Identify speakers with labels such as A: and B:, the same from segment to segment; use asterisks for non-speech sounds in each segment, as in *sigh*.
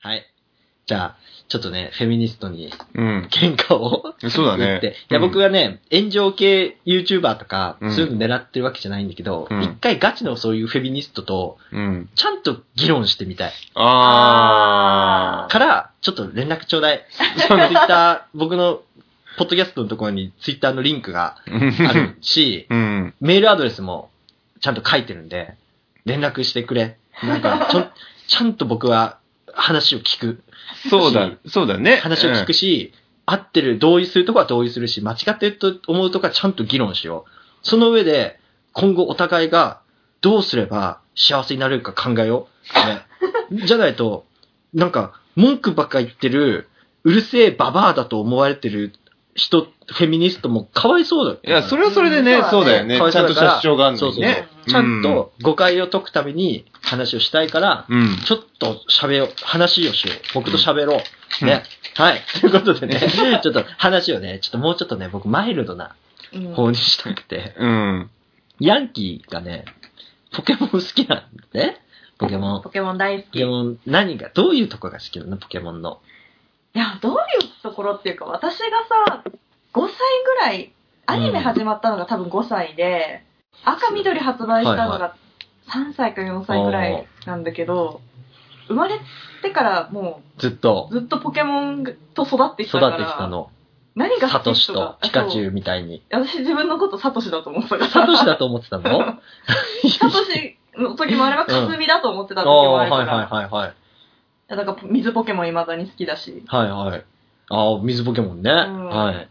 A: はい。じゃあ、ちょっとね、フェミニストに
B: うん。
A: 喧嘩を
B: そうだ
A: 言
B: ね
A: って。。いや、僕
B: が、
A: がね、炎上系 YouTuber とか、
B: うん
A: そういうの狙ってるわけじゃないんだけど、
B: うん
A: 一回ガチのそういうフェミニストと、
B: うん。
A: ちゃんと議論してみたい。
B: あ
A: から、ちょっと連絡ちょうだ
B: *laughs*
A: い。Twitter、僕の、ポッドキャストのところに Twitter のリンクが
B: ー。
A: あるし、
B: うん。
A: メールアドレスもちゃんと書いてるんで、連絡してくれ。なんか、ちょ、ちゃんと僕は話を聞く。
B: そうだ、そうだね。
A: 話を聞くし、合ってる、同意するとこは同意するし、間違ってると思うとこはちゃんと議論しよう。その上で、今後お互いがどうすれば幸せになれるか考えよう。ね、じ *laughs* ゃないと、なんか、文句ばっか言ってる、うるせえババアだと思われてる人、フェミニストもかわいそうだよ。
B: うん。いや、それはそれでね
C: う、ん
B: そうだよね。ち
A: か
B: ゃ
A: わ
B: ん
A: いそうだ
B: とし
A: から
B: た主張があるのにね。
A: ちゃんと誤解を解くために話をしたいから、
B: うん。
A: ちょっと喋よう、話をしよう。僕と喋ろう。
B: うん
A: ね。はい。 *laughs* ということで
B: *laughs*
A: ね、ちょっと話をね、ちょっともうちょっとね、僕マイルドな
C: うん
A: 方にしたくて、
B: うん。
A: ヤンキーがね、ポケモン好きなんで、ね、ポケモン。
C: ポケモン大好
A: ポ
C: き。
A: ケ
C: い
A: モン、何が、どういうとこが好きなのポケモンの。
C: や、どういうところっていうか、私がさ、5歳ぐらい、アニメ始まったのが多分5歳で、赤緑発売したの
A: はい
C: が3歳か4歳ぐらいなんだけど、生まれてからも
A: ずっと
C: うずっとポケモンと育ってき
A: 育
C: たから、
A: ってきたの。
C: 何が
A: サ
C: 好
A: ト
C: き
A: シと
C: か
A: ピカチ
C: そう
A: ュウみたいに。
C: 私自分のことサトシだと思ってたから。
A: サトシだと思ってたの *laughs*
C: *laughs* サトシの時もあればカスミだと思ってた
A: あ
C: 時もあ
A: あー、
C: るか
A: は
C: ら。
A: いはいはいはい。
C: いやだから水ポケモン未だに好きだし。
A: はいはい。ああ、水ポケモンね。
C: ん
A: はい。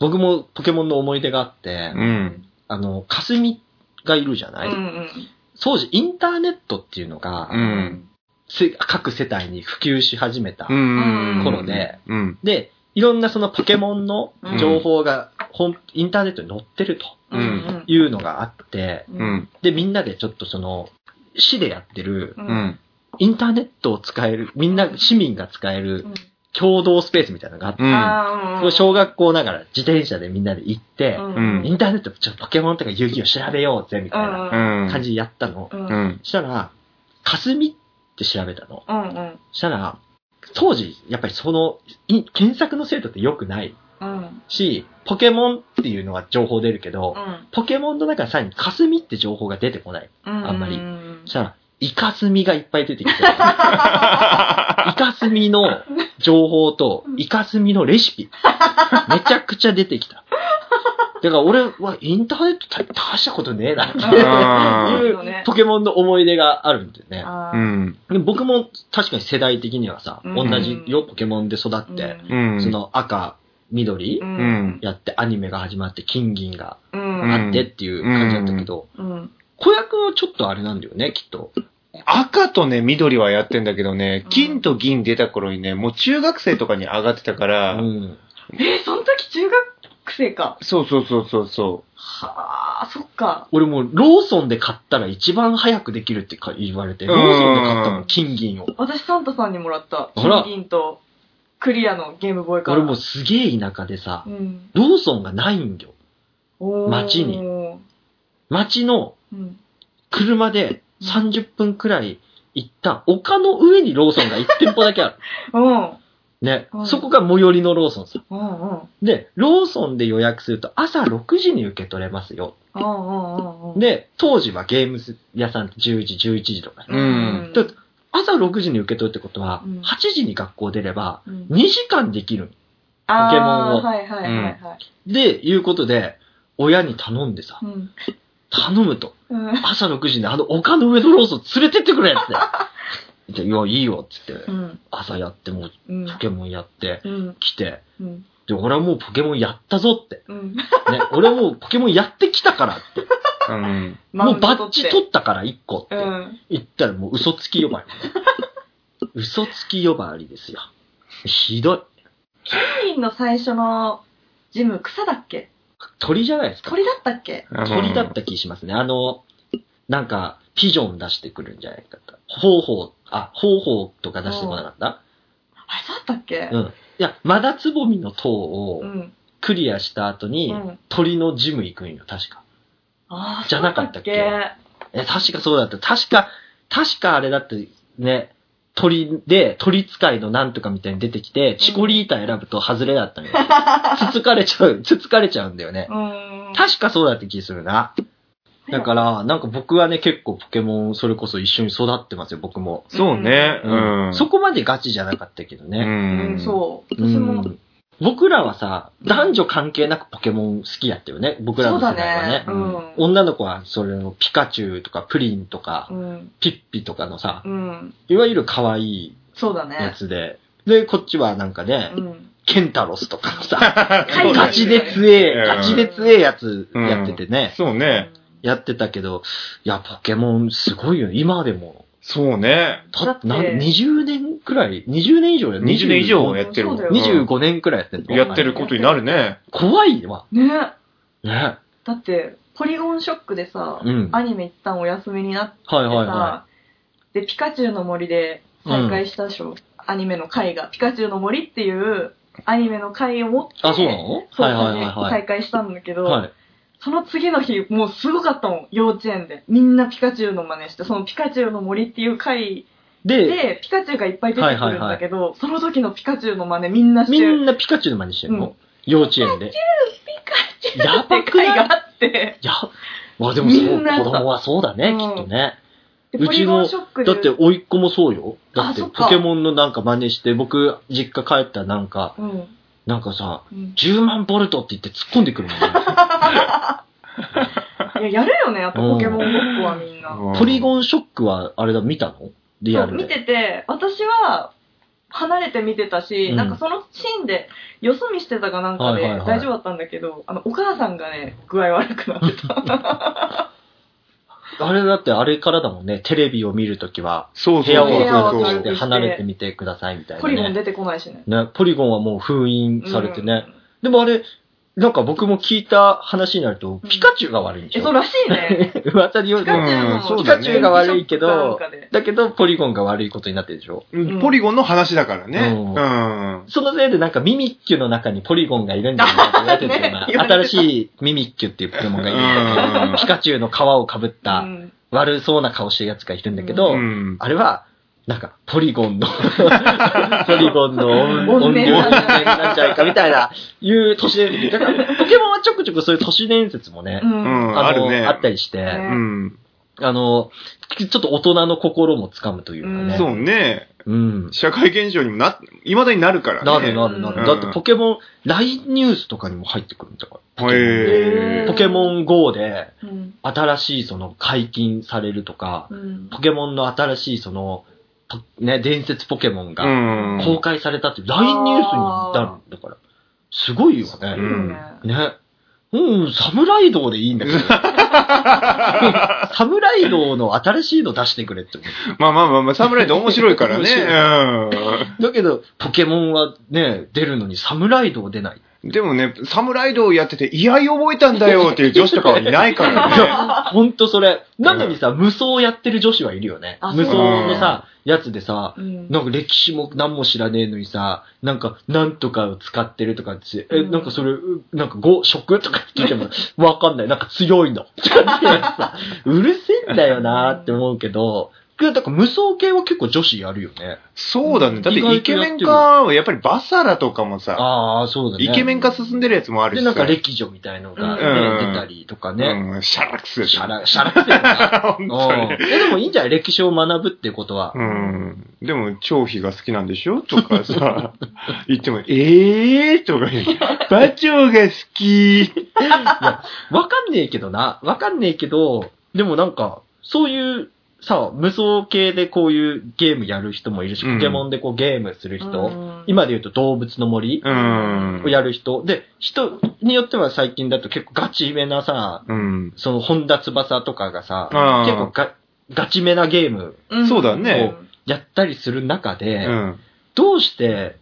A: 僕もポケモンの思い出があって、
B: うん。
A: あの、かすみがいるじゃない、
C: うん
A: 当時インターネットっていうのが、
B: う。
C: うん
A: せ各世帯に普及し始めた。
B: うん。
A: 頃で
B: うん。
A: で、いろんなそのポケモンの
C: うん
A: 情報が、ほんインターネットに載ってる
C: うんうん
A: というのがあって、
C: う
B: うんん。
A: で、みんなでちょっとその、市でやってる、
C: う
B: うんん。
A: インターネットを使える、みんな市民が使える共同スペースみたいなのがあって、
B: う
C: うん
B: ん。
C: あ
A: これ小学校ながら自転車でみんなで行って、
B: うん
A: インターネットでちょっとポケモンとか遊戯を調べようぜみたいな
B: うん。
A: 感じでやったの。
C: うん
B: う
C: うん
A: *laughs*
B: ん。
A: したら、かすみって調べたの。
C: うんうん
A: したら、当時、やっぱりその、い検索の精度って良くない
C: うん
A: し、ポケモンっていうのは情報出るけど、ポケモンの中にさらにかすみって情報が出てこない。
C: うん
A: あんまり
C: うん
A: そしたら、イカスミがいっぱい出てき
C: *laughs*
A: て、イカスミの情報と、イカスミのレシピ。めちゃくちゃ出てきた。だから俺はインターネット大大したことねえなって
B: あ
C: ー
A: い
C: そう
A: う
C: ね
A: ポケモンの思い出があるんだよね。
C: あ
B: う
C: ー
B: ん。
A: で僕も確かに世代的にはさ、
C: うん
A: 同じよ、ポケモンで育
C: う
A: っ
C: ん
A: て、
B: うん。
A: その赤、緑
C: う
B: うんん。
A: やってアニメが始まって、金銀が
C: うん
A: あってっていう感じだったけど、
C: うん
A: 子役はちょっとあれなんだよね、きっと。
B: 赤とね、緑はやってんだけどね
C: うん、
B: 金と銀出た頃にね、もう中学生とかに上がってたか
A: う
B: ら、
A: ん。
C: えーその時中学生か
B: そうそうそうそうそ
C: はあそっか
A: 俺もうローソンで買ったら一番早くできるってか言われて、
B: う
A: ロ
B: ん
A: ーソンで買ったもん、金銀を。
C: 私サンタさんにもらった
A: あら
C: 金銀とクリアのゲームボーイから
A: 俺もうすげえ田舎でさ
C: う、ん
A: ローソンがないんだよ。
C: おー
A: 街に街の
C: うん
A: 車で30分くらい行った丘の上にローソンが1店舗だけある。
C: うん
A: ね
C: う。ん
A: そこが最寄りのローソンさ。
C: うんうん
A: で、ローソンで予約すると朝6時に受け取れますよ。
C: うんうんうんうん
A: で、当時はゲーム屋さんって10時、11時とか。
B: うん
A: ちょっと朝6時に受け取るってことは、
C: うん
A: 8時に学校出れば、
C: うん
A: 2時間できる。
C: あ
A: ポケモンを
C: ーはいはいはいはい。
A: で、いうことで、親に頼んでさ
C: う、ん。
A: 頼むと。
C: うん。
A: 朝6時にあの丘の上のローソン連れてってくれって。でいや、いいよ、つって
C: う。ん。
A: 朝やって、もう
C: うん
A: ポケモンやって、
C: うん。
A: 来て。
C: うん。
A: で、俺はもうポケモンやったぞって。
C: うん。
A: ね、俺はもうポケモンやってきたからって。
B: う。うん。
A: もうバッジ取ったから1個って
C: う。ん。
A: 言ったらもう嘘つき呼ばわ
C: *laughs*
A: り。嘘つき呼ばわりですよ。ひどい。
C: 金銀の最初のジム、草だっけ
A: 鳥じゃないですか。
C: 鳥だったっけ
A: 鳥だった気しますね。あの、なんか、ピジョン出してくるんじゃないかと。方法、あ、方法とか出してこなかった
C: あれ、そうだったっけ
A: うん。いや、マダツボミの塔を
C: うん。
A: クリアした後に、
C: うん
A: 鳥のジム行くんよ、確か。
C: ああ、
A: じゃなかったっけ
C: そうだっ
A: え、確かそうだった。確か、確かあれだってね、鳥で、鳥使いのなんとかみたいに出てきて、チコリータ選ぶと外れだったのよ。
C: *laughs*
A: つつかれちゃう、つつかれちゃうんだよね。
C: うん。
A: 確かそうだって気するな。だから、なんか僕はね、結構ポケモンそれこそ一緒に育ってますよ、僕も。
B: そうね。
A: うん
B: うん。
A: そこまでガチじゃなかったけど
B: う
A: ね。
C: うんん、。そう。私も
A: う、ん僕らはさ、男女関係なくポケモン好きやったよね、僕らの
C: そう
A: 世
C: だ
A: 代はね
C: ね。。う
A: 女の子は、それのピカチュウとかプリンとか、
C: ん。
A: ピッピとかのさ、
C: うん。
A: いわゆる可愛い
C: そうだ
A: や
C: ね。
A: つで。で、こっちはなんかね
C: う、ん。
A: ケンタロスとかのさ、
C: そうだ
A: ガ
C: ね
A: チで強え、
B: うん
A: ガチで強えやつやっててね、
B: そうね。
A: やってたけど、いや、ポケモンすごいよ、今でも。
B: そうね。
A: た
C: だって
A: なん20年くらい ?20 年以上や
B: 20年以上や
A: や
B: ってる。
C: そうだよ
A: 25年くらいやってんの
B: やってることになるね。
A: 怖いわ。
C: ね。
A: ね。
C: だって、ポリゴンショックでさ
A: う、ん。は
C: アニメ一旦お休みになって
A: いはいは
C: さ、で、ピカチュウの森で再開したでしょ。アニメの回が。ピカチュウの森っていうアニメの回を持って、
A: い。あ、そうなの
C: そう
A: はいは
C: だ
A: い
C: ね
A: はい
C: 再開したんだけど、
A: はい。はい。
C: その次の日、もうすごかったもん、幼稚園で。みんなピカチュウの真似して、そのピカチュウの森っていう回
A: で、
C: で、ピカチュウがいっぱい出てくるんだけど、その時のピカチュウの真似みんなして
A: み
C: る。
A: んなピカチュウの真似してんの、
C: うん
A: 幼稚園で。
C: ピカチュウ
A: やば
C: って
A: くない
C: *laughs* 回があって、
A: いや、まあでもそう、
C: み
A: 子
C: んなやった
A: 供はそうだね、
C: うん
A: きっとね。
C: で
A: う
C: ポリ
A: ち
C: ゴ
A: の
C: ンショックで。
A: だって、甥っ子もそうよ。だって、
C: あそっか
A: ポケモンのなんか真似して、僕、実家帰ったらなんか、
C: うん。
A: なんかさ、
C: うん
A: 10万ボルトって言って突っ込んでくるもんね。
C: いや、やるよね、やっぱポケモンごっこはみんな。
A: ポリ
B: ン。
A: ゴンショックは、あれだ、見たのリ
C: そ
A: ア
C: う
A: ル
C: 見
A: で。
C: てて、私は、離れて見てたし、
A: うん
C: なんかそのシーンで、よそ見してたかなんかで
A: はいはいはい
C: 大丈夫だったんだけど、あの、お母さんがね、具合悪くなって
A: あれだって、あれからだもんね。テレビを見るときは、
B: そう
A: 部
B: そう
A: 屋を
B: そう
A: 明
B: そ
A: る
B: う
A: くして離れてみてくださいみたい
C: ポリゴ
A: な
C: ン
A: ね。
C: 出てこないしね。
A: ね、ポリゴンはもう封印されてね。。でもあれ、なんか僕も聞いた話になると、ピカチュウが悪いんでし
C: え、
A: ょ
C: そうらしいね。
A: *laughs* 噂による
C: ピカチュウの、
B: うんそう
A: ピカチュウが悪いけ
C: ショッ
A: ど
C: クかなんかで、
A: だけどポリゴンが悪いことになってるでしょ
B: うんポリゴンの話だからね。
A: うん
B: うん。
A: そのせいでなんかミミッキュの中にポリゴンがいるんじゃないかって言われてたよ
C: ね言わ
A: う
C: れ
A: な。
C: てた
A: 新しいミミッキュっていうポケモンがいる。ピカチュウの皮をかぶっ
C: う
A: た
C: ん
A: 悪そうな顔してるやつがいるんだけど、
B: うん。
A: あれは、なんか、ポリゴンの、ポリゴンの音
C: 怨
A: 怨念
C: 念
A: なんじゃないかみたいな、いう都市伝説。だから、ポケモンはちょくちょくそういう都市伝説もね、
B: う
C: うん。
B: ん。
A: の
B: あるね。
A: あったりして、
B: う
C: ね
B: ん。
A: あの、ちょっと大人の心もつかむというかね。
B: そうね。
A: うん。
B: 社会現象にもな、いまだになるからね。
A: なるなるなる。
C: うん
A: だってポケモン、LINE ニュースとかにも入ってくるんだから。
B: へ
C: ー
A: ポケモン GO で、
C: うん。
A: 新しいその解禁されるとか、
C: うん
A: ポケモンの新しいその、ポね、伝説ポケモン
B: う
A: が
B: ん。
A: 公開されたって、LINE ニュースになるんだから。すごいよ
C: いい
A: ね。
C: よね
A: ね。うん、サムライドでいいん
B: *laughs*
A: だけど。サムライドの新しいの出してくれって思う
B: まあまあまあまあ、侍で面白
A: *laughs*
B: いからね。
A: だけど、ポケモンはね、出るのにサムライドを出ない。
B: うん。でもね、侍道やってて、居合覚えたんだよっていう女子とかはいないからね。
A: *laughs* ほんとそれ。なのにさ、無双やってる女子はいるよね
C: あ。
A: 無双の
B: そう
A: さ、やつでさ、
C: うん
A: なんか歴史も何も知らねえのにさ、なんかなんとかを使ってるとかって、え、
C: うん
A: なんかそれ、うなんか5、食とか聞いても
B: *laughs*
A: わかんない。なんか強いの。とかってさ、うるせえんだよなって思うけど、けどだから無双系は結構女子やるよね。
B: そうだね。だってイケメン化はやっぱりバサラとかもさ、
A: ああ、そうだね。
B: イケメン化進んでるやつもある
A: で、
B: し
A: なんか
B: さ。
A: 歴女みたいのが
B: う
A: ね
B: ん
A: 出たりとかね。
B: うん、シャラクス
A: シャラ、シャラくせえ *laughs* な。
B: 本当に。
A: うんえでもいいんじゃない歴史を学ぶってことは。
B: うん。でも、張飛が好きなんでしょと
A: *laughs*
B: かさ、言っても、えーとか言う。馬長が好き
A: わかんねえけどな。わかんねえけど、でもなんか、そういう、さ、無双系でこういうゲームやる人もいるし、
B: うん
A: ポケモンでこうゲームする人、
C: うん
A: 今で言うと動物の森
B: うん
A: を。やる人、で、人によっては最近だと結構ガチめなさ、
B: うん。
A: その本田翼とかがさ、
B: あー
A: 結構ガガチめなゲーム
C: うん
B: そうだね
A: やったりする中
B: う
A: で、
B: ん。
A: どうして、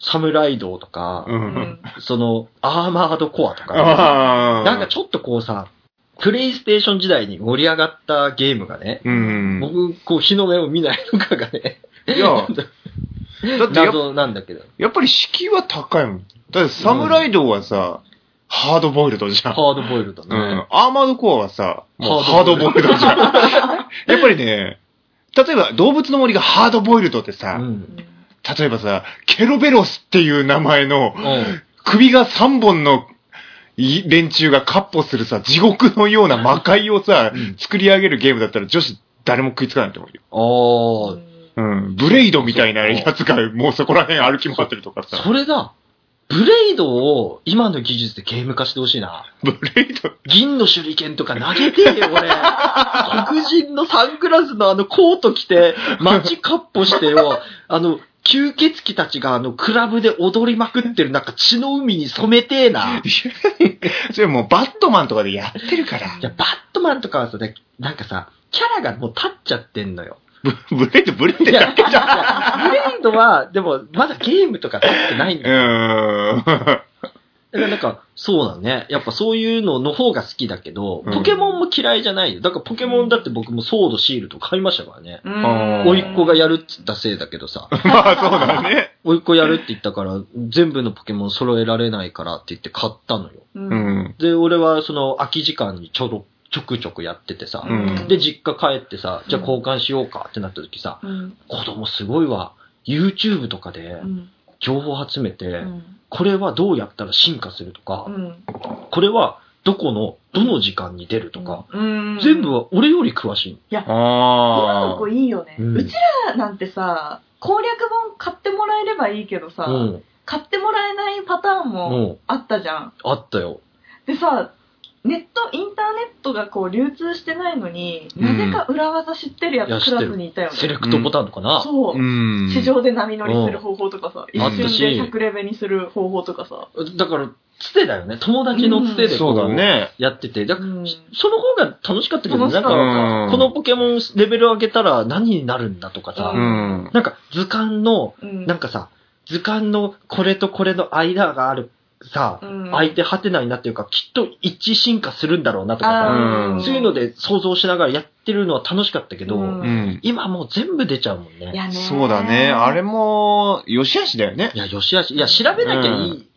A: サムライドとか、
B: う。
C: うんん
A: その、アーマードコアとか、
B: ああ。
A: なんかちょっとこうさ、プレイステーション時代に盛り上がったゲームがね、
B: うん。
A: 僕、こう、日の目を見ないのかがね、
B: いや、だってや
A: 謎なんだけど。
B: やっぱり敷居は高いもん。だってサムライドはさ、ハードボイルドじゃん。
A: ハードボイルド
B: うん
A: ね。。
B: アーマードコアはさ、もうハ
A: ハ
B: ー
A: ー
B: ド
A: ド
B: ボ
A: ボ
B: *laughs* イルドじゃん。やっぱりね、例えば動物の森がハードボイルドってさ、
A: うん。
B: 例えばさ、ケロベロスっていう名前の
A: うん。
B: 首が3本のい連中が闊歩するさ、地獄のような魔界をさ
A: うん、
B: 作り上げるゲームだったら女子誰も食いつかないと思うよ。
A: ああ、
B: うん。ブレイドみたいなやつがもうそこら辺歩き回ってるとかさ。
A: それだ。ブレイドを今の技術でゲーム化してほしいな。
B: ブレイド
A: 銀の手裏剣とか投げてえ *laughs* よ、俺。黒人のサングラスのあのコート着て、街かっ歩してよ、あの、吸血鬼たちがあの、クラブで踊りまくってるなんか血の海に染めてえな。
B: *laughs* それもうバットマンとかでやってるから
A: い。や、バットマンとかはさ、ねなんかさ、キャラがもう立っちゃってん
B: *laughs*
A: のよ。
B: ブブレイド、ブレイ
A: い
B: ド
A: や、
B: だ
A: い
B: け
A: や
B: じゃん。
A: ブレイドは、でも、まだゲームとか立ってないんだよ。
B: う *laughs* ーん。
A: だからなんか、そうだね。やっぱそういうのの方が好きだけど、
B: うん
A: ポケモンも嫌いじゃないよ。だからポケモンだって僕もソードシールド買いましたからね。
B: うん
A: 甥っ子がやるっつったせいだけど
B: *laughs*
A: さ、
B: まあそうだね。
A: 甥っ子やるって言ったから、全部のポケモン揃えられないからって言って買ったのよ。
C: うん
B: う。ん。
A: で、俺はその空き時間にちょろ、ちょくちょくやっててさ
B: う、ん
A: で、実家帰ってさ、じゃあ交換しようかってなった時さ、
C: うん。
A: 子供すごいわ。YouTube とかで
C: うん。
A: 情報集めて、
C: うん。
A: これはどうやったら進化するとか
C: う、ん。
A: これはどこの、どの時間に出るとか、
C: うん。
A: 全部は俺より詳しいの。
C: 今
B: あ
C: の子いいよね。
A: うん
C: うちらなんてさ、攻略本買ってもらえればいいけどさ、
A: うん。
C: 買ってもらえないパターン
A: う
C: も
A: ん。
C: あったじゃん。
A: あったよ。
C: でさ、ネット、インターネットがこう流通してないのに、
B: うん
C: なぜか裏技知ってるや
A: いや
C: つクラスにいたよね。
A: セレクトボタンとかな。
C: そうう。
B: ん。
C: 地上で波乗りする方法とかさ、
A: うん
C: 一
A: あ
C: 瞬
A: ったし
C: で100レベルにする方法とかさ。
A: だから、つてだよね。友達のつてでこ
B: そうだね。
A: やってて。だから
C: うん
A: その方が楽しかったけど、
C: 楽し
A: な
C: か
A: ん
C: った
A: か、
B: うん
A: このポケモンレベル上げたら何になるんだとかさ、
B: う。
C: うん
A: なんか図鑑の、
C: うん。
A: なんかさ、図鑑のこれとこれの間があるさ、
C: うん、
A: 相手ハテナになってるから、きっと一致進化するんだろうなとかさ、
B: うん
A: そういうので想像しながらやってるのは楽しかったけど、
C: うん
B: うん。
A: 今もう全部出ちゃうもんね。
C: いやね
B: そうだね。あれも、よしあしだよね
A: い。や、よしあし、いや、調べなきゃいい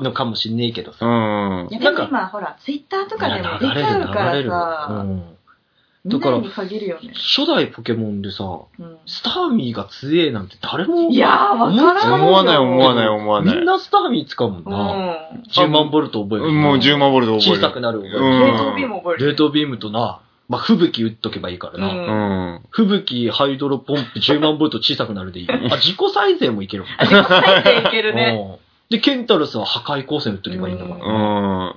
A: のかもしんねえけど
B: う
A: さ。
B: ん
C: い。やで
A: な
C: も
A: んか
C: 今、ほら、ツイッターと
A: い
C: か
A: や
C: でも
A: 流
C: 出
A: れ
C: ちゃ
A: る
C: うか
A: 流れ
C: ら
A: るう
C: さ、
A: ん
C: みんなに限るよね。
A: 初代ポケモンでさ、
C: うん
A: スターミーが強えなんて誰も、
C: いやー、わからんよ。
B: 思わない思わない思わな
A: み
B: い。
A: んなスターミー使うもんな。
C: うん。
A: 10万ボルト覚える。
B: もう10万ボルト覚
A: 小
B: える。
A: さくなる
B: う
A: 覚
B: ん
A: え
C: 冷凍ビーも覚え
A: る。
C: る。
A: 冷凍ビームとな、まあ、吹雪打っとけばいいから
C: う。
A: な。
B: うんん。
A: 吹雪、ハイドロポンプ、10万ボルト小さくなるでいい。あ、自己再生もいけるもん *laughs* ね。
C: 入っていけるね。
A: うんで、ケンタルスは破壊光線打っとけばいいんだか
C: う
A: ら。
B: う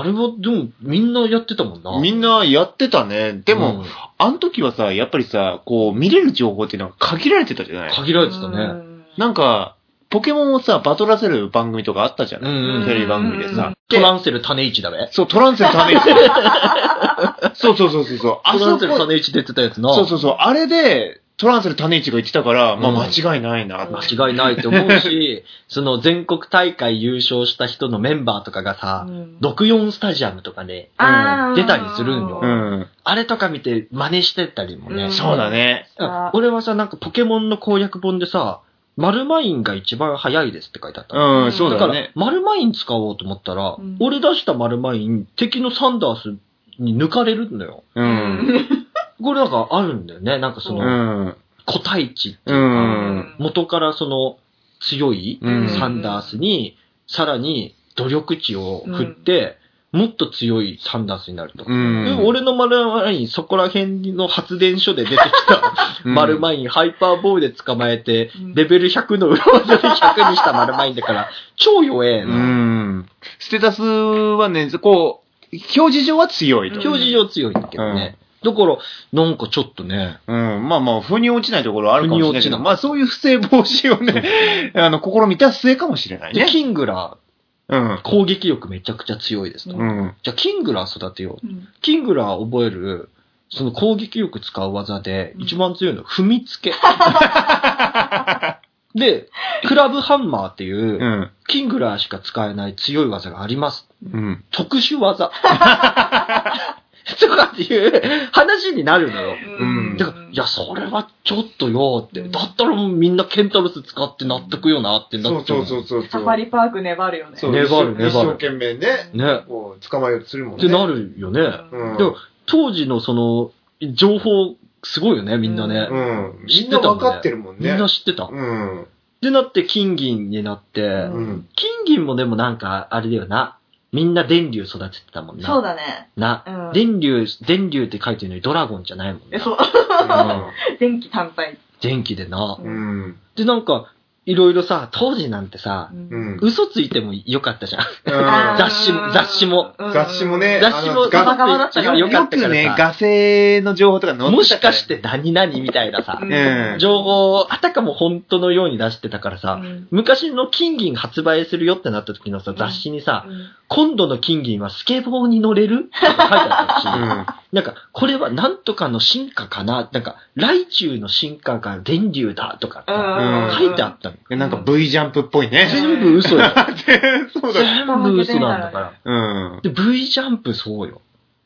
A: あれは、でも、みんなやってたもんな。
B: ん。みんなやってたね。でも、
A: うん、
B: あの時はさ、やっぱりさ、こう、見れる情報っていうのは限られてたじゃない
A: 限られてた
C: う
A: ね。
C: ん
B: なんか、ポケモンをさ、バトらせる番組とかあったじゃ
A: う
B: ない、
A: んうん
B: テレビ番組でさ。
A: トランセル種市だべ。
B: そう、トランセルために。
A: *laughs*
B: そうそうそうそうそう。あ
A: トラ
B: そ
A: ンセル
B: こ、
A: 種市出てたやつな。
B: そうそうそう。あれで、トランセル種市が言ってたから、ま
A: うん
B: あ間違いないな。
C: うん
A: 間違いないと思う *laughs* し、その全国大会優勝した人のメンバーとかがさ、
C: うん
A: 64スタジアムとかね、
C: あー
A: 出たりするんよ
B: う。
A: うんあれとか見て真似してたりもね。
C: うん
B: そうだね。
A: あ俺はさ、なんかポケモンの攻略本でさ、マルマインが一番早いですって書いてあったの。
B: う
C: うん
B: ん、そう
A: だ
B: だ
A: から、
B: ね。
A: マルマイン使おうと思ったら、
C: うん
A: 俺出したマルマイン、敵のサンダースに抜かれるんだよ。
B: う。
C: うん
A: これなんかあるんだよね。なんかそうの、
B: ん。
A: 個体値っていううか、
B: ん。
A: 元からその強い
B: うん
A: サンダースに、さらに努力値を振って、もっと強いサンダースになると。
B: うん
A: で俺の丸マイン、そこら辺の発電所で出てきた丸マイン、ハイパーボーイで捕まえて、
C: うん
A: レベル100の裏技で100にした丸マインだから、超弱え
B: う
A: な。
B: ん。ステータスはね、こう、表示上は強いと。
A: 表示上強いんだけどね。だから、なんかちょっとね、
B: うん。まあまあ、腑に落ちないところはあるかもしれないけ
A: 腑に落ちな
B: ど、
A: い
B: まあそういう不正防止をね、 *laughs* あの、試みた末かもしれない
A: で
B: ね。
A: キングラ
B: うん
A: ー。攻撃力めちゃくちゃ強いですと。
C: う
B: うん。
A: じゃあ、キングラー育てよう
C: うん
A: キングラー覚える、その攻撃力使う技で、
C: うん
A: 一番強いのは踏みつけ。で、クラブハンマーっていうう、
B: ん。
A: キングラーしか使えない強い技があります。
B: うん。
A: 特殊技。とかっていう話になるのよ。
B: うん
A: だから、いや、それはちょっとよって。
C: うん
A: だったらもうみんなケンタロス使って納得よなってなっちゃう。う
B: そう
C: サファリパーク粘るよね。
A: う粘る粘る
B: 懸命ね、
A: ね。
B: こう、捕まえようとするも
A: ってなるよね。
C: うん
A: でも当時のその、情報すごいよね、みんなね。
B: うん。
A: 知
B: み
A: っ
B: ん
A: て
B: な
A: たもんね
B: わかってるもん
A: み
B: ね。
A: んな知ってた。っ
B: うん。
A: てなって金銀になって、
C: うん
B: うん。
A: 金銀もでもなんか、あれだよな。みんな電流育ててたもんな。
C: そうだね。
A: な。
C: うん。
A: 電流、電流って書いてるのにドラゴンじゃないもん
C: え、
A: な。
C: そう。 *laughs* 電気単体。
A: 電気でな。
B: うん。うん。
A: で、なんか、いろいろさ、当時なんてさ、
B: うん。
A: 嘘ついてもよかったじゃん。
C: あー
A: 雑誌も雑誌も。
C: うん
B: 雑誌もね
A: 雑誌
B: あ
A: も
B: のガ
A: さ
C: バガバだ
A: っ
C: っ
A: と
C: た
A: 言
C: か
A: っ
C: ら
A: て
C: ね
A: よかったからさ、
B: 性の情報とか載
A: もしかして何々みたいなさ
C: う、ん
B: うん
A: 情報をあたかも本当のように出してたから
C: う
A: さ、
C: ん
A: 昔の金銀発売するよってなった時のさ、
C: うん
A: 雑誌にさ、今度の金銀はスケボーに乗れるとか書いて
B: う
A: あったし、
B: ん。
A: なんか、これはなんとかの進化かな、なんか、雷中の進化が電流だとか
C: う
A: さ、
C: ん
A: 書いてあったの。
B: でなんか V ジャンプっぽいね。
A: 全部嘘 *laughs* だよ。
B: *laughs* そうだ。
A: 全部嘘なんだから。
B: うん。
A: で、V ジャンプそうよ。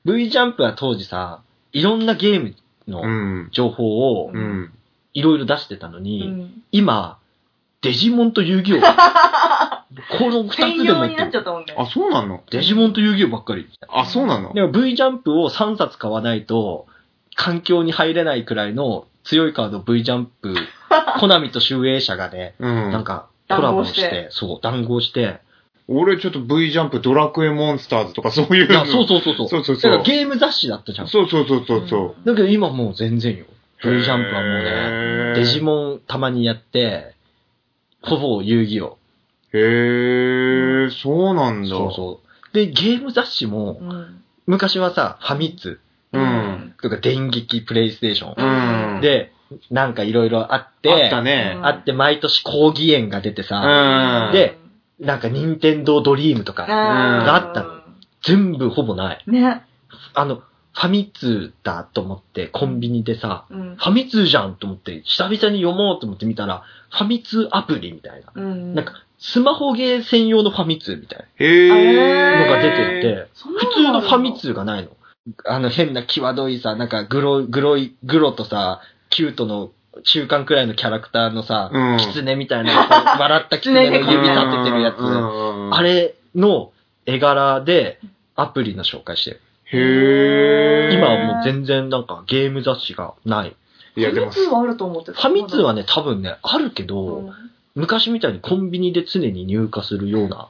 A: V ジャンプは当時さ、いろんなゲーム
B: う
A: の
B: ん。
A: 情報を
B: うん。
A: いろいろ出してたの
C: う
A: に、
C: ん
A: 今、デジモンと遊戯王。この二つ
C: 専
A: でも
C: 用
A: っ
C: になってちゃ
A: る。
C: ったもんね。
B: あ、そうなの
A: デジモンと遊戯王ばっかり。
B: あ、そうなの
A: でも V ジャンプを3冊買わないと、環境に入れないくらいの強いカード V ジャンプ、コナミと集英社がね、
B: う
A: なん
B: ん。
A: かコラボして、
C: 談合して
A: そう、談合して、
B: 俺ちょっと V ジャンプドラクエモンスターズとかそういう
A: いや
B: の。
A: そうそうそうそう。
B: そうそう
A: だ
B: そ
A: か
B: う
A: ら。ゲーム雑誌だったじゃん。だ
B: そうそうそうそうそ
A: けど今もう全然よ。
B: う。
A: V ジャンプはもうね、
B: ね
A: デジモンたまにやって、ほぼ遊戯王。
B: へえ、そうなんだ。
A: そうそう。で、ゲーム雑誌も、
C: うん
A: 昔はさ、ファミツ
B: うん。
A: とか電撃プレイステーショ
B: う
A: ン。
B: ん。、
A: で、なんかいろいろあって、
B: あったね。
A: あって毎年講義園が出て
B: う
A: さ、
B: ん。
A: で、なんか任天堂ドリームと
C: うん
A: か、
C: が
A: あった全部ほぼない。
C: ね。
A: あの、ファミ通だと思ってコンビニでさ、
C: うん。
A: ファミ通じゃんと思って、久々に読もうと思って見たら、ファミ通アプリみたいな。
C: うん。
A: なんか、スマホゲー専用のファミ通みたい
B: へ
A: な
B: え。
A: のが出てて、
C: そんな
A: 普
C: の
A: 通のファミ
C: ある
A: 通がないの。あの変な際どいさ、なんかグロ、グロい、グロとさ、キュートの中間くらいのキャラクターのさ、
B: うん
A: キツネみたい
B: *laughs*
A: な、笑ったキツネの指立ててるやつ。
B: あ
A: あれの絵柄でアプリの紹介してる。
B: へえ。
A: 今はもう全然なんかゲーム雑誌がない。
B: いやでも
C: ファミ、通はあると思って
A: フ
C: た
A: ァミ通はね、多分ね、あるけ
C: う
A: ど、
C: ん
A: 昔みたいにコンビニで常に入荷するような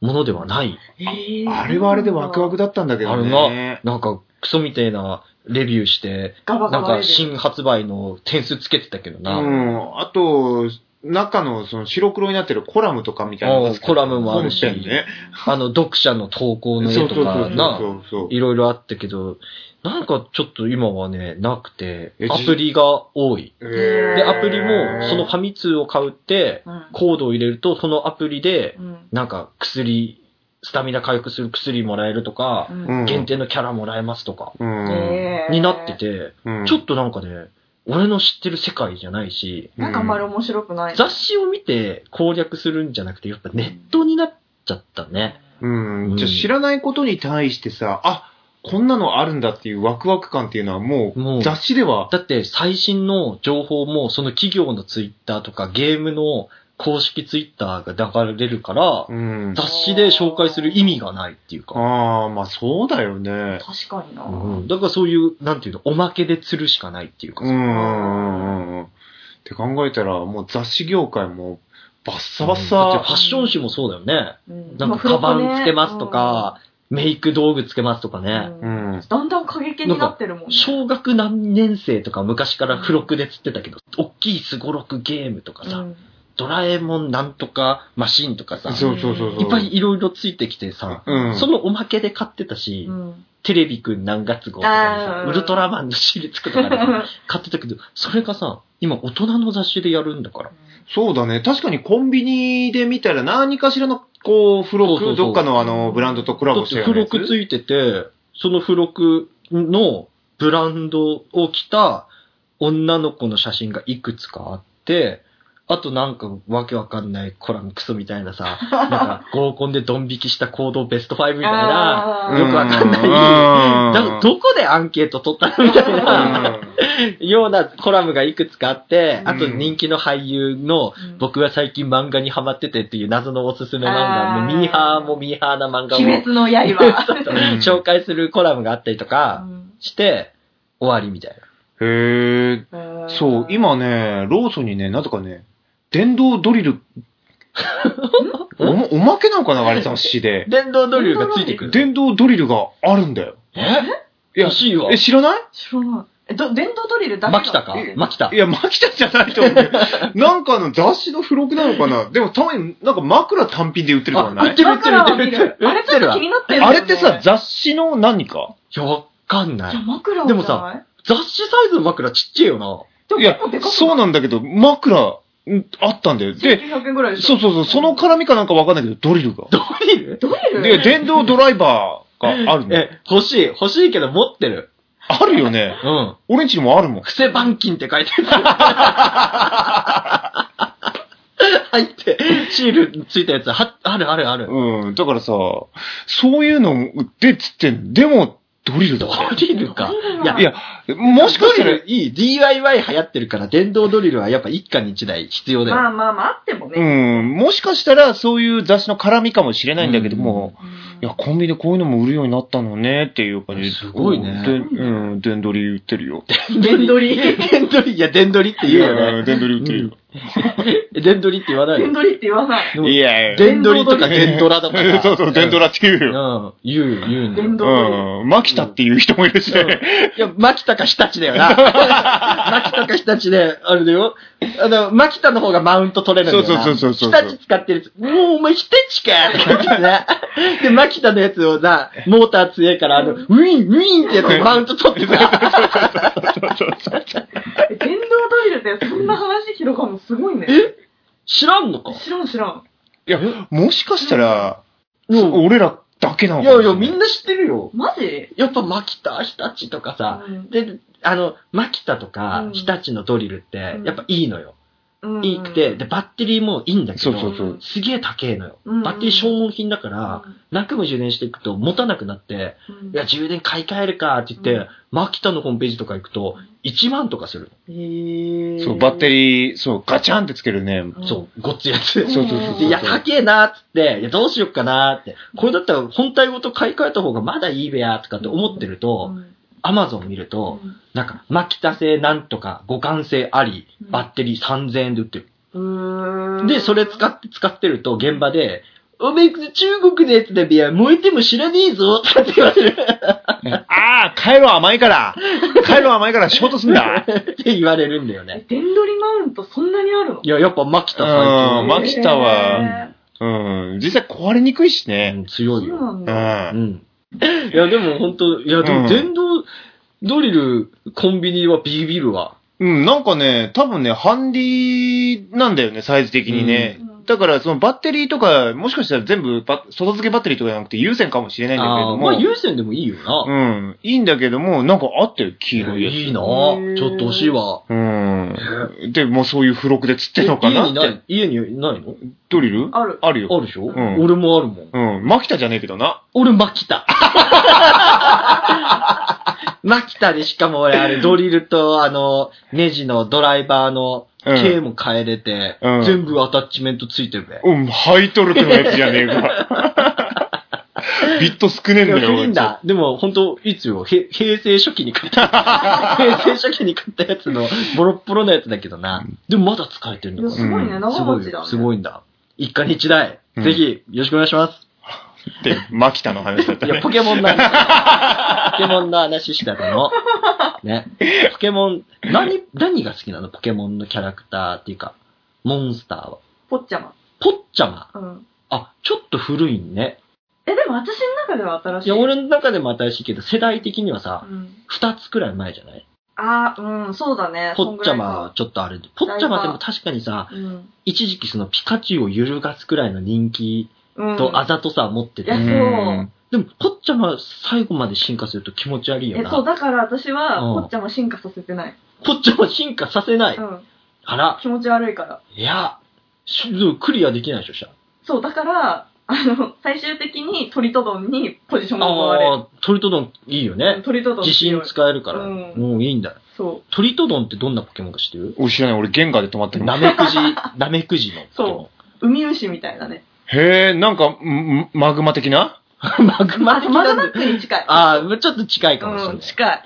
A: ものではない。
C: へー
B: あれはあれでワクワクだったんだけど
A: あ
B: ね。
A: なんかクソみたいなレビューして、
C: ガ
A: な
C: バガ
A: ん
C: バ
A: か
C: レベル
A: 新発売の点数つけてたけど
B: う
A: な。
B: ん。あと、中のその白黒になってるコラムとかみたいなのが好き
A: コラムもあるし
B: 本編ね。
A: あの、読者の投稿の
B: そ
A: 絵
B: うそ
A: と
B: うそ
A: か
B: う
A: な、
B: そうそう。
A: いろいろあったけど、なんかちょっと今はね、なくて
B: え、
A: アプリが多い。で、
B: で
A: アプリも、そのファミ通を買うって、
C: うん
A: コードを入れると、そのアプリで、
C: うん
A: なんか薬、スタミナ回復する薬もらえるとか、
C: うん
B: うん
A: 限定のキャラもらえますとか、
B: うん。
C: へー
A: になってて、
B: うん
A: ちょっとなんかね、俺の知ってる世界じゃないし、
C: なんかあんまり面白くない。
A: 雑誌を見て攻略するんじゃなくて、やっぱネットになっちゃったね。
B: うん。じゃあ知らないことに対してさ、あ、こんなのあるんだっていうワクワク感っていうのはも
A: もう
B: う雑誌では、
A: だって最新の情報も、その企業のツイッターとか、ゲームの公式ツイッターが流れるから、
B: うん。
A: 雑誌で紹介する意味がないっていうか。
B: ああ、まあそうだよね。
C: 確かにな。
A: うんだからそういう、なんていうの、おまけで釣るしかないっていうか
B: うんう
A: さ、
B: んうんうん。って考えたら、もう雑誌業界もバッサバッ
A: だってファ
B: サ。
A: ッション誌もそうだよね。
C: うん
A: なんか、カバンつけますとか、、メイク道具つけますとか
C: まあ
A: ね。
C: 付録
B: う
C: ね
B: ん
C: うん。だんだん過激になってるもんね。
A: 小学何年生とか昔から付録で釣ってたけど、おっきいスゴロクゲームとかさ、
C: うん
A: ドラえもんなんとかマシンとかさ、い
B: そうそうそうそう。
A: っぱいいろいろついてきてさ、
B: うん。
A: そのおまけで買ってたし、
C: うん
A: テレビくん何月号とかでさ
C: あ、ー
A: ウルトラマンのシリーズとかでさ買ってたけど、それがさ、今大人の雑誌でやるんだから。
B: そうだね。確かにコンビニで見たら何かしらの、こう、付
A: そうそうそう
B: 録、どっかのあの、ブランドとコラ
A: だ
B: ボ
A: っ
B: した
A: て
B: よう
A: 付
B: な
A: 録
B: やつ
A: ついてて、その付録のブランドを着た女の子の写真がいくつかあって、あとなんかわけわかんないコラムクソみたいな
B: *laughs*
A: さ、なんか合コンでドン引きした行動ベスト5みたいな、
C: あー
A: よくわかんない
B: うん
A: だどこでアンケート取ったのみたいな
B: う
A: ようなコラムがいくつかあって、あと
B: うん
A: 人気の俳優の
C: うん
A: 僕は最近漫画にハマっててっていう謎のおすすめ漫画、
C: あー
A: もうミーハーもミーハーな漫画を *laughs*
C: 鬼滅の刃。
A: 紹介するコラムがあったりとか
C: うん
A: して、終わりみたいな。
B: へえ。そう、今ね、ローソンにね、なぜかね、電動ド
A: *laughs*
B: リル、おまおまけなのかなあれ雑誌で。
A: 電動ドリルがついてくる。
B: 電動ドリルがあるんだよ。
A: え
B: いや
A: 欲しいわ
B: え、。知らない
C: 知らない。え、ど、電動ドリルだけな
A: マ
C: の
A: キタか
B: え
A: マキタ
B: い。や、マキタじゃないと思
A: *laughs*
B: うよ。なんかの雑誌の付録なのかなでもたまになんか枕単品で売ってるとか
A: あ、
B: な
A: 売っ
B: い
A: てる売っ
C: だ
A: て
C: か
A: る
C: ら
A: 売っ
C: は
A: て
C: 見
A: る売って
C: る。
A: る。
C: あ
A: 売
C: れ
A: っ
C: ち
A: て
C: ょっ
A: る
C: と
A: わ。い
B: あれ
C: 気になってる、
B: ってさ、、雑誌の何か
A: や、わかんない
C: や、。枕を
A: でもさ、雑誌サイズの枕ちっちゃいよな。
C: でも
B: いや
C: 結構で、かく
B: *laughs* そうなんだけど、枕、んあったんだよ。
C: で、
B: で、
C: 900円ぐらいでし
B: そ
C: ょ
B: うそうそう、その絡みかなんかわかんないけど、ドリルが。
A: ドリル
C: ドリル
B: で、電動ドライバーがあるの。
A: え、欲しい。欲しいけど持ってる。
B: あるよね。
A: うん。
B: 俺んちにもあるもん。
A: 伏せ板金って書いてあ
B: *laughs*
A: る。入って、シールついたやつ、は、あるあるある。
B: うん、だからさ、そういうの売ってっつってんでも、ドリルだ
A: ド
B: か
A: リルか。いや
B: ら。いや、もしかした
A: ド
B: ら
A: リ、ルいい。DIY 流行ってるから、電動ドリルはやっぱ一家に一台必要だよ。
C: まあまあまあ、あっても
B: う
C: ね。
B: ん、もしかしたらそういう雑誌の絡みかもしれないんだけども、
C: うん
B: いや、コンビニでこういうのも売るようになったのねっていう感じで。
A: すごいね
B: でうん、電ドリ売ってるよ。
A: 電ドリ *laughs* 電ドリいや、電ドリって言うよ
B: う
A: ね
B: ん。電ドリ売ってるよ。
A: 電ドリって言わない
C: 電
A: よ。
C: ドリって言わない。
A: うん
B: いやいや。
A: 電ドリとか電ドラだから。
B: *laughs* そうそう、電ドラって言う
A: うん。
B: よ。
A: うん。言うよ、言うんだよ
C: 電ドラ
B: うん、マキタっていう人もいるしね。
A: いや、牧田か日立だよな。牧田か日立で、あれだよ。あの、牧田の方がマウント取れるんだよな。
B: そうそうそうそうそ
A: 日
B: う
A: 立使ってるやつ、もうお前日立かとか言ってね。で、牧田のやつをな、モーター強いから、あの、ウィン、ウィンってやつをマウント取ってさ。
C: え電動ドリルってそんな話広がるのすごいね。
A: え知らんのか
C: 知らん知らん。
B: いや、 *laughs* もしかしたら、
A: うん
B: 俺らだけなの
A: い
B: か
A: や
B: も
A: い
B: しれ
A: や、
B: な
A: みんな知ってるよ。
C: マジ
A: やっぱ牧田、日立とかさ。
C: うん
A: で、あの、牧田と
C: う
A: か
C: ん
A: 日立のドリルって
C: う、ん
A: やっぱいいのよ。
C: うん
A: いいくて、で、バッテリーもいいんだけ
B: そうそ
A: ど
B: う、そう。
A: すげえ高えのよ。
C: うん
A: バッテリー消耗品だから、何回も充電していくと持たなくなって、
C: うん
A: いや、充電買い替えるかって言って、
C: うん
A: マキタのホームページとか行くと、1万とかする。
C: へー
B: そう、バッテリー、そう、ガチャンってつけるね。
C: うん
A: そう、ごっついやつ。
B: そうそうそう。
A: でいや、高えなーっつって、いや、どうしよっかなーって。これだったら本体ごと買い替えた方がまだいいべやとかって思ってると、
C: うん
A: アマゾン見ると、なんか、マキタ製なんとか互換性あり、バッテリー3000円で売ってる。
C: うん
A: で、それ使って、使ってると、現場で、おめえ、中国のやつだべや、燃えても知らねえぞとかって言われる。
B: ああ、回路甘いから、回路甘いから衝突すんだ。
A: って言われるんだよね。
C: え電ドリマウントそんなにあるの
A: いや、やっぱマキタ最
B: う
A: 強
B: ん。マキタは
C: へ
B: うん、実際壊れにくいし
A: う
B: ね。
A: ん
C: ー
A: 強い
C: そう
A: よ。
C: なん
B: う。
C: だ。
A: うんん。いや、でも本当いや、で
B: うん
A: も電動ドリル、コンビニはビビるわ。
B: うん、なんかね、多分ね、ハンディなんだよね、サイズ的にね。
C: うん
B: だから、そのバッテリーとか、もしかしたら全部バ、外付けバッテリーとかじゃなくて有線かもしれないんだけれ
A: あ
B: ど
A: ーまあ、
B: も。
A: 優先でもいいよな。
B: うん、いいんだけども、なんかあったよ、黄色いやつ。
A: いいなち
C: へー
A: ょっと欲しいわ。
B: うん。で、もうそういう付録で釣ってんのか
A: 家
B: な
A: にな
B: って。
A: い、家にないの
B: ドリル
C: ある。
B: あるよ。
A: あるでしょ
B: ん
A: 俺もあるもん。
B: うん。マキタじゃねえけどな。
A: 俺、マキタ。 *laughs* マキタでしかも俺、あれ、ドリルと、あの、ネジのドライバーの、
B: うん
A: K も変えれて、
B: うん
A: 全部アタッチメントついてるべ。
B: うん、ハイトルクのやつじゃねえ
A: *laughs*
B: か。ビット少ねえん
A: でも
B: だよ、
A: 古いんだ。でも、本当いつよ、へ平成初期に買った。
B: *laughs*
A: 平成初期に買ったやつの、ボロッボロのやつだけどな。でも、まだ使えてる
C: い
A: の
C: や
A: か
C: すごいね、
B: うん
A: す
C: 長
A: ご
C: 持
A: い
C: ちだ
A: よ
C: ね。
A: すごいんだ。一家に一台。
B: うん
A: ぜひ、よろしくお願いします。
B: これって、マキタの話だった
A: いや、
B: ね
A: ポ。ケモンの話。ポケモンの話したの。ね。ポケモン、何、何が好きなのポケモンのキャラクターっていうか、モンスターは。
C: ポッチャマ。
A: ポッチャマ。
C: うん。
A: あ、ちょっと古いね。
C: え、でも私の中では新しい。
A: いや、俺の中でも新しいけど、世代的には
C: う
A: さ、
C: ん。
A: 二つくらい前じゃない
C: あー、うん、そうだね。
A: ポッチャマ
C: そん
A: はちょっとあれで。ポッチャマでも確かにさ、
C: ぐらいか。
A: 一時期そのピカチュウを揺るがすくらいの人気
C: うん。うん。
A: とあざとさを持ってて。
C: う
B: うんん
A: でも、ポッチャマ最後まで進化すると気持ち悪いよ
C: え、そう、
A: な。
C: だから私は、
A: うん
C: ポッチャマ進化させてない。。
A: ポッチャマ進化させないう
C: ん。
A: あら。
C: 気持ち悪いから。
A: いや、しクリアできないでしょ、したら。
C: そう、だから、あの、最終的にトリトドンにポジションが奪われ
A: ああ、トリトドンいいよ
C: る。
A: ね。
C: トリトドン
A: 自信
C: 強い
A: 使えるから。
C: うん
A: もういいんだ。
C: そう。
A: トリトドンってどんなポケモンか知ってる
B: 俺知らない、俺ゲンガーで止まってる。
A: ナメク *laughs* ジ、ナメクジのポケモ
C: ウミウシみたいなね。
B: へえ、なんか、んんマグマ的な
A: ン。マグマ *laughs*
C: マ
A: 的
C: グマ
A: なん
C: グ
A: だ
C: マックに近い。
A: ああ、ちょっと近いかもしれ
C: う、
A: なんい。
C: 近い。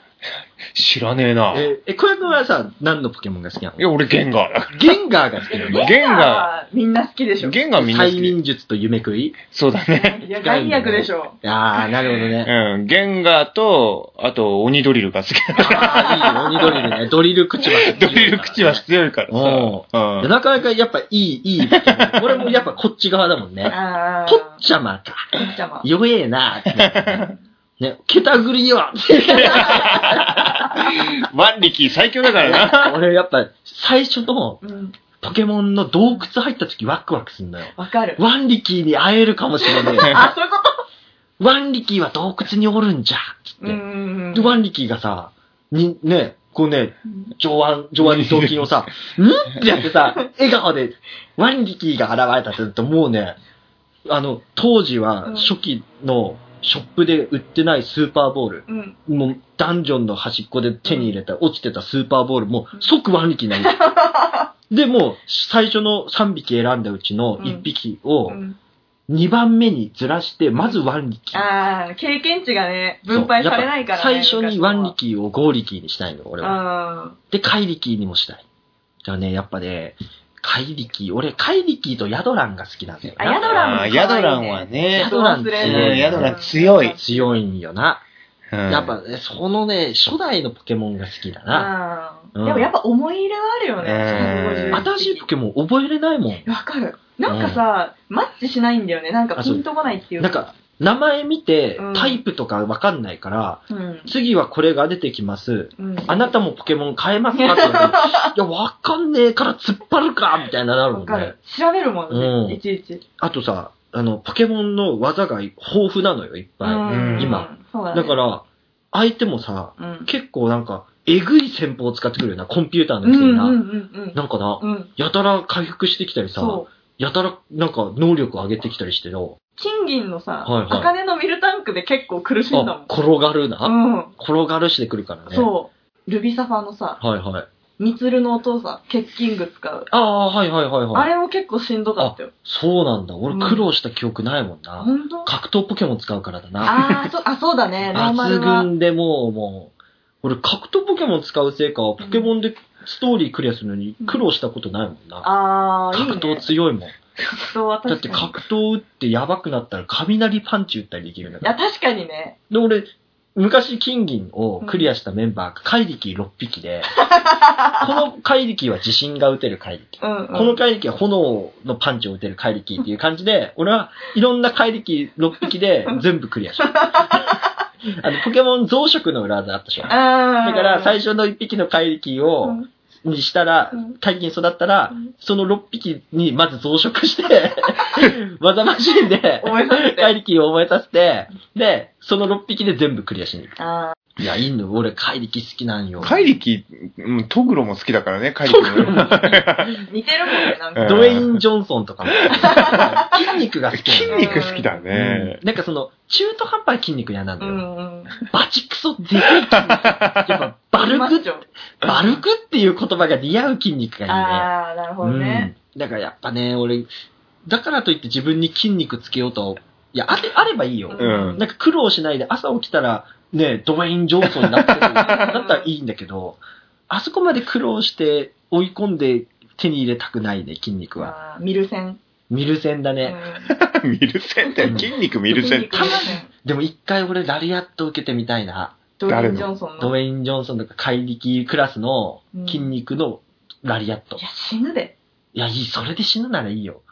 B: 知らねえな。
A: え、え、小屋君はさ、何のポケモンが好きないの
B: や、俺、ゲンガーだか
A: ゲンガーが好きなの
B: ゲンガー
C: はみんな好きでし
B: ら。
C: ょ。
B: ゲンガーみんな好
A: 催
B: き。
A: 眠術と夢食い
B: そうだね。
C: いや、害悪でしょ。
A: ああ、なるほど *laughs* ね。
B: うん。ゲンガーと、あと、鬼ドリルが好き。
A: ああ、いいよ、鬼ドリル *laughs* ね。ドリル口は
B: ドリル口は強いから
A: お
B: さ。うん。
A: なかなかやっぱいい、いいポケモン。俺もやっぱこっち側だもんね。
C: ああ。
A: ポッチャマか。
C: ちゃま。
A: 弱えなってなるね。 *laughs* ね、ケタグリよ
B: 万力最強だからな。
A: 俺やっぱ最初の
C: うん。
A: ポケモンの洞窟入った時ワクワクすんだよ。
C: わかる。
A: ワンリキーに会えるかもしれね
C: *laughs*
A: え。
C: あ、そういうこ
A: ワンリキーは洞窟におるんじゃ。つって
C: とうん。
A: で、ワンリキーがさ、に、ね、こうね、上腕、上腕頭筋を
C: *laughs*
A: さ、んってやってさ、笑顔で、ワンリキーが現れたって言うと、もうね、あの、当時
C: う
A: は
C: ん
A: 初期のショップで売ってないスーパーボール、
C: うん。
A: もうダンジョンの端っこで手に入れた、落ちてたスーパーボール、もう即ワンリキーになる。
C: *laughs*
A: で、もう最初の3匹選んだうちの1匹を
C: うん
A: 2番目にずらして、まずワンリキー。
C: ああ、経験値がね、分配されないから
A: そう
C: ね。
A: やっぱ最初にワンリ
C: キ
A: キーをゴーリキーにしたいの、俺は。
C: あ
A: で、カイリキーにもしたい。だからね、やっぱね、カイリキー、俺、カイリキーとヤドランが好きなんだよ
C: あ、
A: な。
C: ヤドランも可愛いね。
B: ヤドランはね
C: ヤドラン強いね
A: ヤドラ
B: ン強い
A: 強いんよな。
B: うん
A: やっぱ、ね、そのね、初代のポケモンが好きだな。
C: う。
A: うんん
C: でもやっぱ思い入れはあるよ
B: う。
C: ね
B: ん
A: 新しいポケモン覚えれないもん。
C: わかる。なんかさ、マッチしないんだよね。なんかピンとこないっていう
A: なん、か、名前見て
C: うん、
A: タイプとかわかんないから、
C: うん。
A: 次はこれが出てきます。
C: うん。
A: あなたもポケモン変えますかって言われ
C: *laughs*
A: ていや、わかんねえから突っ張るかみたいななるも
C: わ
A: ん
C: か
A: ね
C: る。。調べるもん
A: うん
C: ね、いちいち。
A: あとさ、あの、ポケモンの技が豊富なのよ、いっぱい。
C: うん
A: 今。
C: そうだね。
A: だから、相手もさ、
C: うん、
A: 結構なんか、えぐい戦法を使ってくるよな、コンピューター
C: うん
A: の
C: う
A: くせに
C: ん
A: な。
C: うん
A: なんかな、
C: うん。うん。
A: やたら回復してきたりさ、
C: そう。
A: やたらなんか能力上げてきたりしてよ。
C: 金銀のさ、
A: はいはい
C: 茜のミルタンクで結構苦しんだ
A: あ、転がるな。
C: もん。うん。
A: 転がるしてくるからね。
C: そう。ルビサファのさ、
A: はいはい。
C: ミツルのお父さん、欠勤具使う。
A: ああ、はいはいはい
C: あ
A: はい。
C: れも結構しんどかったよ。
A: そうなんだ。
C: う
A: 俺
C: ん
A: 苦労した記憶ないもんな。
C: 本当
A: 格闘ポケモン使うからだな。
C: ああ、そう、あ、そうだね。ノーマル
A: 抜
C: は。
A: 群でもう、もう、俺格闘ポケモン使うせいか、ポケモンでストーリークリアするのに苦労したことないもんな。
C: ああ、いい、ね。
A: 格闘強いもん。
C: 格闘は
A: だ
C: 確
A: っ
C: か
A: て
C: に。
A: 格闘打ってやばくなったら雷パンチ打ったりできるんだ
C: い
A: か
C: や、
A: ら。
C: 確かにね。
A: で、俺、昔金銀をクリアしたメンバーが怪力6匹
C: *laughs*
A: で、この怪力は自信が打てる怪力。
C: うん、うん。
A: この怪力は炎のパンチを打てる怪力っていう感じ
C: *laughs*
A: で、俺はいろんな怪力6匹で全部クリア
C: *laughs*
A: した。あの、ポケモン増殖の裏技あったでしょ。だ
C: ああ。
A: から最初の1匹の怪力を、
C: うん
A: にしたら
C: うん、
A: 怪力に育ったら
C: うん、
A: その6匹にまず増殖して、
C: *laughs*
A: 技マシンで、
C: 覚えさせて
A: 怪力を覚えさせて、で、その6匹で全部クリアしに行
C: あ
A: く。いや、いいの、俺怪力好きなんよ。
B: カイリキ、うんトグロも好きだからね、カイリキも。
C: ー似てるもんね、なんか。
B: うん
A: ドウェイン・ジョンソンとか
C: *laughs*
A: も。筋肉が好き
B: *laughs* 筋
A: なの
B: 肉好きだね
A: う。んなんかその、中途半端な筋肉嫌なん
C: う
A: だよ。
C: んうん。
A: バチクソでかい
C: *laughs*
A: 筋肉。やっぱ、バル
C: マ
A: ク
C: ッ、チョ
A: バルクっていう言葉が似合う筋肉がいいね。
C: ああ、なるほどね。
A: うん。だからやっぱね、俺、だからといって自分に筋肉つけようと、いや、あてあればいいよ。
B: うん
A: なんか苦労しないで朝起きたら、ね、ドウェイン・ジョンソンにな
C: *laughs*
A: ってる。だったらいいんだけど、あそこまで苦労して追い込んで手に入れたくないね、筋肉は。
C: あーミルセン。
A: ミルセンだ
C: う
A: ね。
B: *laughs*
C: ん
B: ミルセンって、筋肉ミルセン。
C: 筋肉ミルセン
A: でも一回俺ラリアット受けてみたいな。
C: ドウェイン・ジョンソン
A: ドウ
C: の。
A: ェイン・ジョンソンとか怪力クラスの筋肉のラリアット。
C: いや、死ぬで。
A: いや、いい、それで死ぬならいいよ。